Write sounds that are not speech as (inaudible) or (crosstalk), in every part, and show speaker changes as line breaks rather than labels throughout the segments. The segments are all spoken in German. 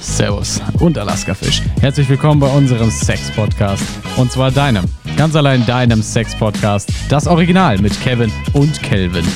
Servus und Alaska Fisch. Herzlich willkommen bei unserem Sex-Podcast. Und zwar deinem, ganz allein deinem Sex-Podcast. Das Original mit Kevin und Kelvin.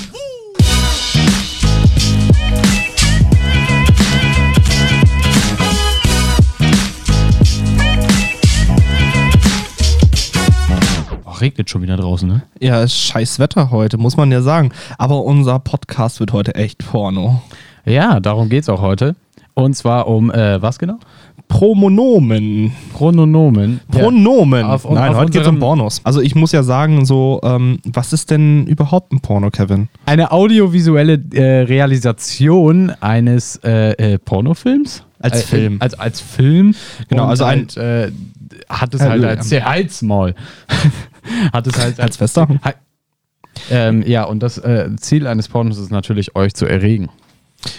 Oh, regnet schon wieder draußen, ne?
Ja, ist scheiß Wetter heute, muss man ja sagen. Aber unser Podcast wird heute echt Porno.
Ja, darum geht's auch heute. Und zwar um, äh, was genau?
Pronomen.
Pronomen.
Pronomen.
Auf-
Nein,
auf
heute geht's um
unserem-
Pornos. Also ich muss ja sagen, so, ähm, was ist denn überhaupt ein Porno, Kevin?
Eine audiovisuelle äh, Realisation eines äh, äh, Pornofilms.
Als
äh,
Film.
Als, als Film.
Genau, also ein-
Halt, äh, hat es
Herr
halt
Löhr.
als. Halt's Maul. (laughs) hat es halt
Als Fester?
Hi- Ähm, ja, und das äh, Ziel eines Pornos ist natürlich, euch zu erregen.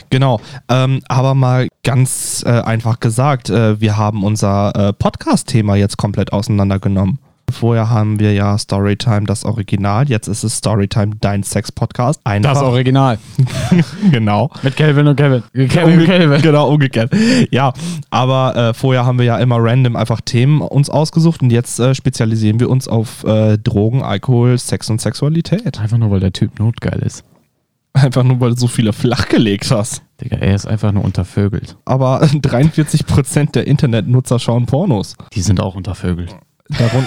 Genau. Ähm, aber mal ganz äh, einfach gesagt, äh, wir haben unser äh, Podcast-Thema jetzt komplett auseinandergenommen. Vorher haben wir ja Storytime, das Original. Jetzt ist es Storytime, dein Sex-Podcast. Einfach.
Das Original.
(laughs) genau.
Mit Calvin und Kevin. Kevin und
Umge
Calvin.
Genau, umgekehrt. Ja, aber äh, vorher haben wir ja immer random einfach Themen uns ausgesucht und jetzt äh, spezialisieren wir uns auf äh, Drogen, Alkohol, Sex und Sexualität.
Einfach nur, weil der Typ notgeil ist.
Einfach nur, weil du so viele flachgelegt hast.
Digga, er ist einfach nur untervögelt.
Aber 43% der Internetnutzer schauen Pornos.
Die sind auch untervögelt.
(laughs) Darun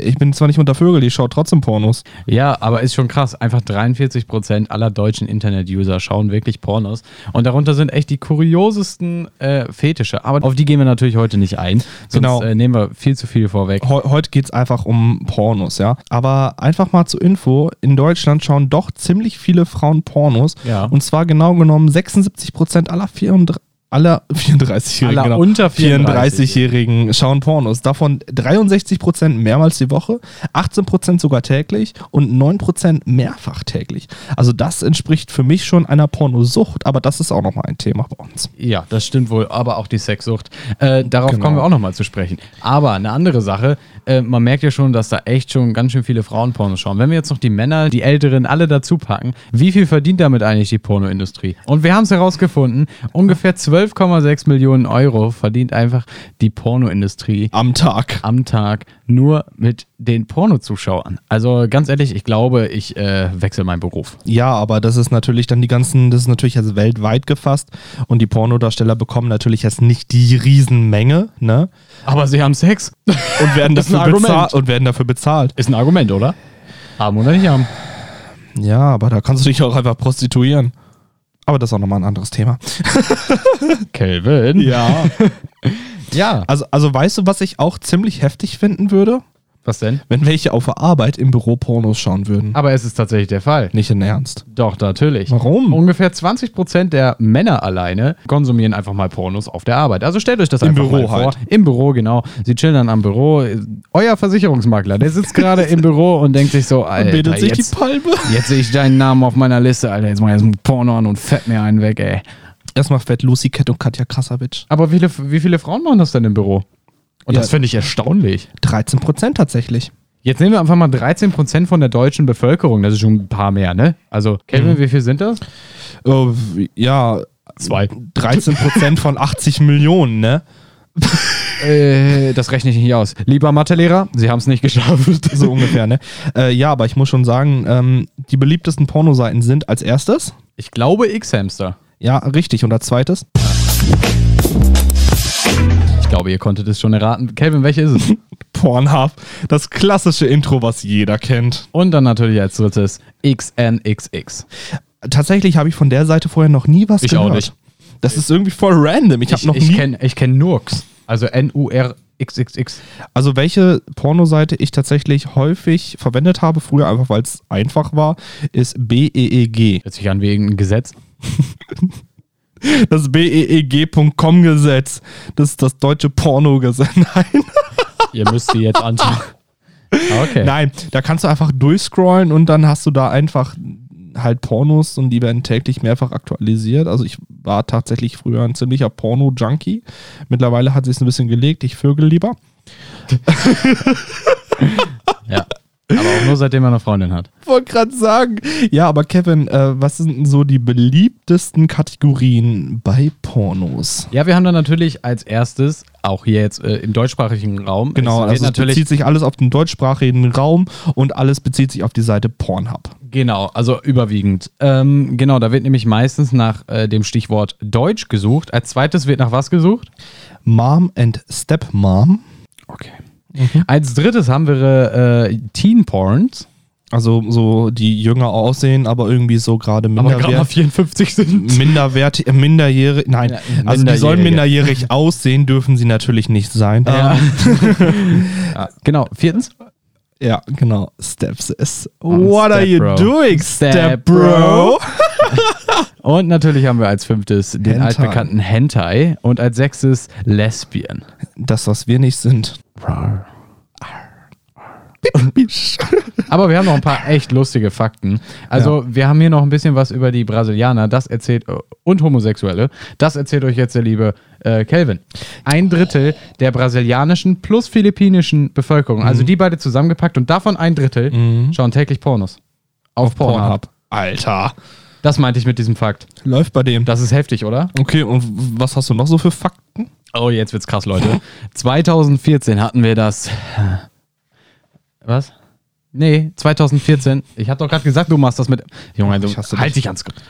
ich bin zwar nicht unter Vögel, ich schaue trotzdem Pornos.
Ja, aber ist schon krass. Einfach 43% aller deutschen Internet-User schauen wirklich Pornos. Und darunter sind echt die kuriosesten äh, Fetische. Aber auf die gehen wir natürlich heute nicht ein. Sonst
Genau.
äh, nehmen wir viel zu viel vorweg.
Heu heute geht es einfach um Pornos, ja. Aber einfach mal zur Info, in Deutschland schauen doch ziemlich viele Frauen Pornos.
Ja.
Und zwar genau genommen 76% aller 34 aller 34-Jährigen,
Aller
genau.
unter 34.
34-Jährigen schauen Pornos. Davon 63% mehrmals die Woche, 18% sogar täglich und 9% mehrfach täglich. Also das entspricht für mich schon einer Pornosucht, aber das ist auch nochmal ein Thema bei uns.
Ja, das stimmt wohl, aber auch die Sexsucht. Äh, darauf
Genau.
kommen wir auch nochmal zu sprechen. Aber eine andere Sache, äh, man merkt ja schon, dass da echt schon ganz schön viele Frauen Pornos schauen. Wenn wir jetzt noch die Männer, die Älteren, alle dazu packen, wie viel verdient damit eigentlich die Pornoindustrie? Und wir haben es herausgefunden, ungefähr 12,6 Millionen Euro verdient einfach die Pornoindustrie
Am Tag.
am Tag nur mit den Pornozuschauern. Also ganz ehrlich, ich glaube, ich äh, wechsle meinen Beruf.
Ja, aber das ist natürlich dann die ganzen, das ist natürlich jetzt weltweit gefasst und die Pornodarsteller bekommen natürlich jetzt nicht die Riesenmenge, ne?
Aber sie haben Sex.
Und werden
Das ist
dafür
ein Argument.
bezahlt und werden dafür bezahlt.
Ist ein Argument, oder? Haben oder nicht haben.
Ja, aber da kannst du dich auch einfach prostituieren. Aber das ist auch nochmal ein anderes Thema.
Kelvin.
Ja.
Ja.
(laughs) Also, also weißt du, was ich auch ziemlich heftig finden würde?
Was denn?
Wenn welche auf der Arbeit im Büro Pornos schauen würden.
Aber es ist tatsächlich der Fall.
Nicht in Ernst.
Doch, natürlich.
Warum?
Ungefähr 20% der Männer alleine konsumieren einfach mal Pornos auf der Arbeit. Also stellt euch das
Im
einfach
Büro
mal vor.
halt.
Im Büro, genau. Sie chillen dann am Büro. Euer Versicherungsmakler, der sitzt gerade im Büro und denkt sich so, Alter,
Bildet sich
jetzt,
die Palme.
jetzt sehe ich deinen Namen auf meiner Liste, Alter. Jetzt mach ich erst einen Porno an und fett mir einen weg, ey.
Erstmal fett Lucy Cat und Katja Krasavitsch.
Aber wie, viele- wie viele Frauen machen das denn im Büro? Und
Ja.
das finde ich erstaunlich.
13% tatsächlich.
Jetzt nehmen wir einfach mal 13% von der deutschen Bevölkerung. Das ist schon ein paar mehr, ne? Also, Kevin,
Mhm.
wie viel sind das?
Oh, ja,
Zwei.
13% von 80 Millionen, ne?
Äh, das rechne ich nicht aus. Lieber Mathelehrer, Sie haben es nicht geschafft.
So ungefähr, ne? Äh, ja, aber ich muss schon sagen, ähm, die beliebtesten Pornoseiten sind als erstes,
Ich glaube X-Hamster.
ja, richtig, und als zweites, (laughs)
Ich glaube, ihr konntet es schon erraten. Kelvin, welche ist
(laughs)
es?
Pornhub. Das klassische Intro, was jeder kennt.
Und dann natürlich als drittes XNXX.
Tatsächlich habe ich von der Seite vorher noch nie was
Ich auch
gehört.
nicht.
Das ist irgendwie voll random. Ich, habe noch
ich
nie.
kenn- ich kenne Nurx. Also N-U-R-XXX.
Also, welche Pornoseite ich tatsächlich häufig verwendet habe, früher einfach weil es einfach war, ist E BEEG.
Hört sich an wie irgendein Gesetz.
Das E BEEG.com-Gesetz. Das ist das deutsche Pornogesetz. (laughs) Nein.
Ihr müsst sie jetzt
(laughs)
anschauen. Okay.
Nein, da kannst du einfach durchscrollen und dann hast du da einfach halt Pornos und die werden täglich mehrfach aktualisiert. Also ich war tatsächlich früher ein ziemlicher Porno-Junkie. Mittlerweile hat sich ein bisschen gelegt, ich vögel lieber.
Ja. Aber auch Nur seitdem er eine Freundin hat.
wollte gerade sagen. Ja, aber Kevin, äh, was sind denn so die beliebtesten Kategorien bei Pornos?
Ja, wir haben dann natürlich als erstes, auch hier jetzt äh, im deutschsprachigen Raum,
Genau,
es wird
also es
natürlich
bezieht sich alles auf den deutschsprachigen Raum und alles bezieht sich auf die Seite Pornhub.
Genau, also überwiegend. Ähm, genau, da wird nämlich meistens nach äh, dem Stichwort Deutsch gesucht. Als zweites wird nach was gesucht?
Mom and Stepmom,
Okay. Mhm. Als drittes haben wir äh, Teen Porns,
also so die jünger aussehen, aber irgendwie so gerade
aber gerade mal
minderwert,
54
(laughs)
sind.
minderwert, äh, minderjährig, nein,
Ja,
also die sollen
Minderjährige.
minderjährig aussehen, dürfen sie natürlich nicht
(laughs)
sein.
Ja. (laughs) ja. Genau, viertens.
Ja, genau. Stepsis.
Oh,
What
Step
are you
Bro.
doing,
Step
Step,
Bro?
Bro?
Und natürlich haben wir als fünftes den
Hentai.
altbekannten Hentai und als sechstes Lesbian.
Das, was wir nicht sind.
Aber wir haben noch ein (laughs) paar echt lustige Fakten. Also, wir haben hier noch ein bisschen was über die Brasilianer, das erzählt, äh, und Homosexuelle. Das erzählt euch jetzt der liebe äh, Kelvin. Ein Drittel der brasilianischen plus philippinischen Bevölkerung, also die beide zusammengepackt und davon ein Drittel, schauen täglich Pornos. Mhm. Auf, Pornhub.
Alter.
Das meinte ich mit diesem Fakt.
Läuft bei dem.
Das ist heftig, oder?
Okay, und was hast du noch so für Fakten?
Oh, jetzt wird's krass,
(laughs)
Leute. 2014 hatten wir das. äh, Was? Nee, 2014. Ich hab doch gerade gesagt, du machst das mit. Junge, du,
Ich hasse
halt
dich.
dich ans (laughs) Skript.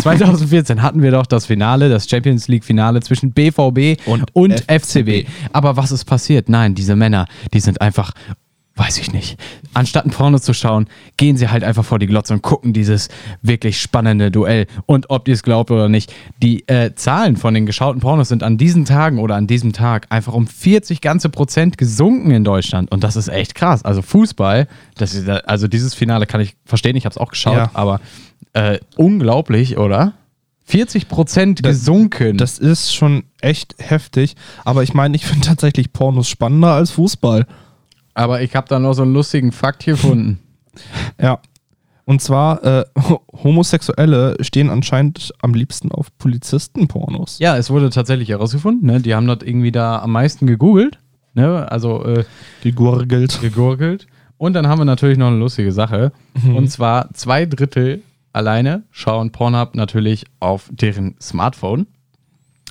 2014 hatten wir doch das Finale, das Champions League Finale zwischen BVB und,
Und
FCB. Aber was ist passiert? Nein, diese Männer, die sind einfach, weiß ich nicht. Anstatt ein Porno zu schauen, gehen sie halt einfach vor die Glotze und gucken dieses wirklich spannende Duell. Und ob ihr es glaubt oder nicht, die äh, Zahlen von den geschauten Pornos sind an diesen Tagen oder an diesem Tag einfach um 40 ganze Prozent gesunken in Deutschland. Und das ist echt krass. Also Fußball, das ist, äh, also dieses Finale kann ich verstehen, ich habe es auch geschaut,
Ja.
aber äh, unglaublich, oder? 40 Prozent gesunken.
Das ist schon echt heftig. Aber ich meine, ich finde tatsächlich Pornos spannender als Fußball.
aber ich habe da noch so einen lustigen Fakt gefunden.
Ja. Und zwar, äh, Homosexuelle stehen anscheinend am liebsten auf Polizisten-Pornos.
Ja, es wurde tatsächlich herausgefunden. Ne? Die haben das irgendwie da am meisten gegoogelt. Ne? Also äh,
Die gurgelt.
gegurgelt. Und dann haben wir natürlich noch eine lustige Sache. Und zwar zwei Drittel alleine schauen Pornhub natürlich auf deren Smartphone.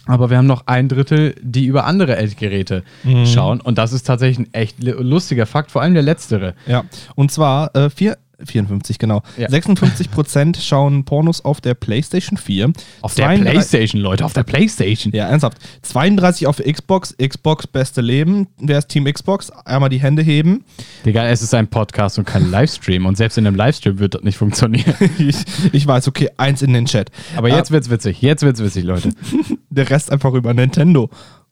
Aber wir haben noch ein Drittel, die über andere Endgeräte schauen. Und das ist tatsächlich ein echt li- lustiger Fakt, vor allem der letztere.
Ja, und zwar äh, vier, 54, genau.
Ja.
56 Prozent schauen Pornos auf der PlayStation 4.
Auf der
32
Playstation, Leute, auf der Playstation.
Ja, ernsthaft. 32 auf Xbox, Xbox beste Leben. Wer ist Team Xbox? Einmal die Hände heben. (laughs)
Digga, es ist ein Podcast und kein Livestream. Und selbst in einem Livestream wird das nicht (laughs) funktionieren.
ich, ich weiß, okay, eins in den Chat.
Aber jetzt wird's witzig. Jetzt wird's witzig, Leute.
Äh, der Rest einfach über Nintendo.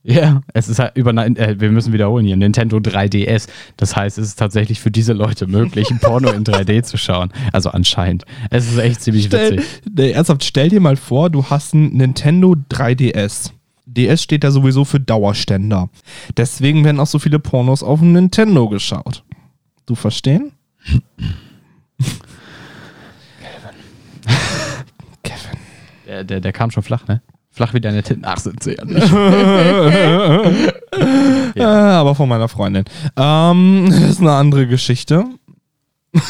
Ja, es ist halt über, äh, wir müssen wiederholen hier, Nintendo 3DS. Das heißt, es ist tatsächlich für diese Leute möglich, ein Porno in 3D zu schauen. Also anscheinend. Es ist echt ziemlich
Stell,
witzig.
nee, ernsthaft, stell dir mal vor, du hast ein Nintendo 3DS. DS steht da sowieso für Dauerständer. Deswegen werden auch so viele Pornos auf dem Nintendo geschaut. Du verstehen? Kevin.
Der, der, der kam schon flach, ne? Flach wie deine Titten. Ach, sind sie ja nicht.
Äh, aber von meiner Freundin. Ähm, (laughs) ist eine andere Geschichte.
(laughs)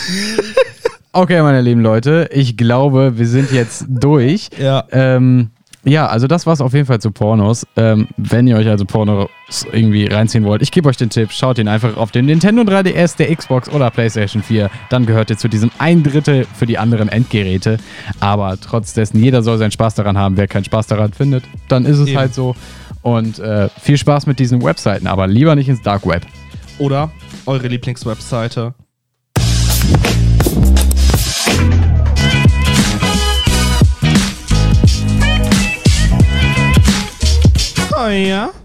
Okay, meine lieben Leute, ich glaube, wir sind jetzt durch.
Ja.
Ähm, ja, also das war's auf jeden Fall zu Pornos. Ähm, wenn ihr euch also Pornos irgendwie reinziehen wollt, ich gebe euch den Tipp, schaut ihn einfach auf dem Nintendo 3DS, der Xbox oder PlayStation 4. Dann gehört ihr zu diesem ein Drittel für die anderen Endgeräte. Aber trotz dessen, jeder soll seinen Spaß daran haben. Wer keinen Spaß daran findet, dann ist es
Eben.
halt so. Und äh, viel Spaß mit diesen Webseiten, aber lieber nicht ins Dark Web.
Oder eure Lieblingswebseite. Ah ja.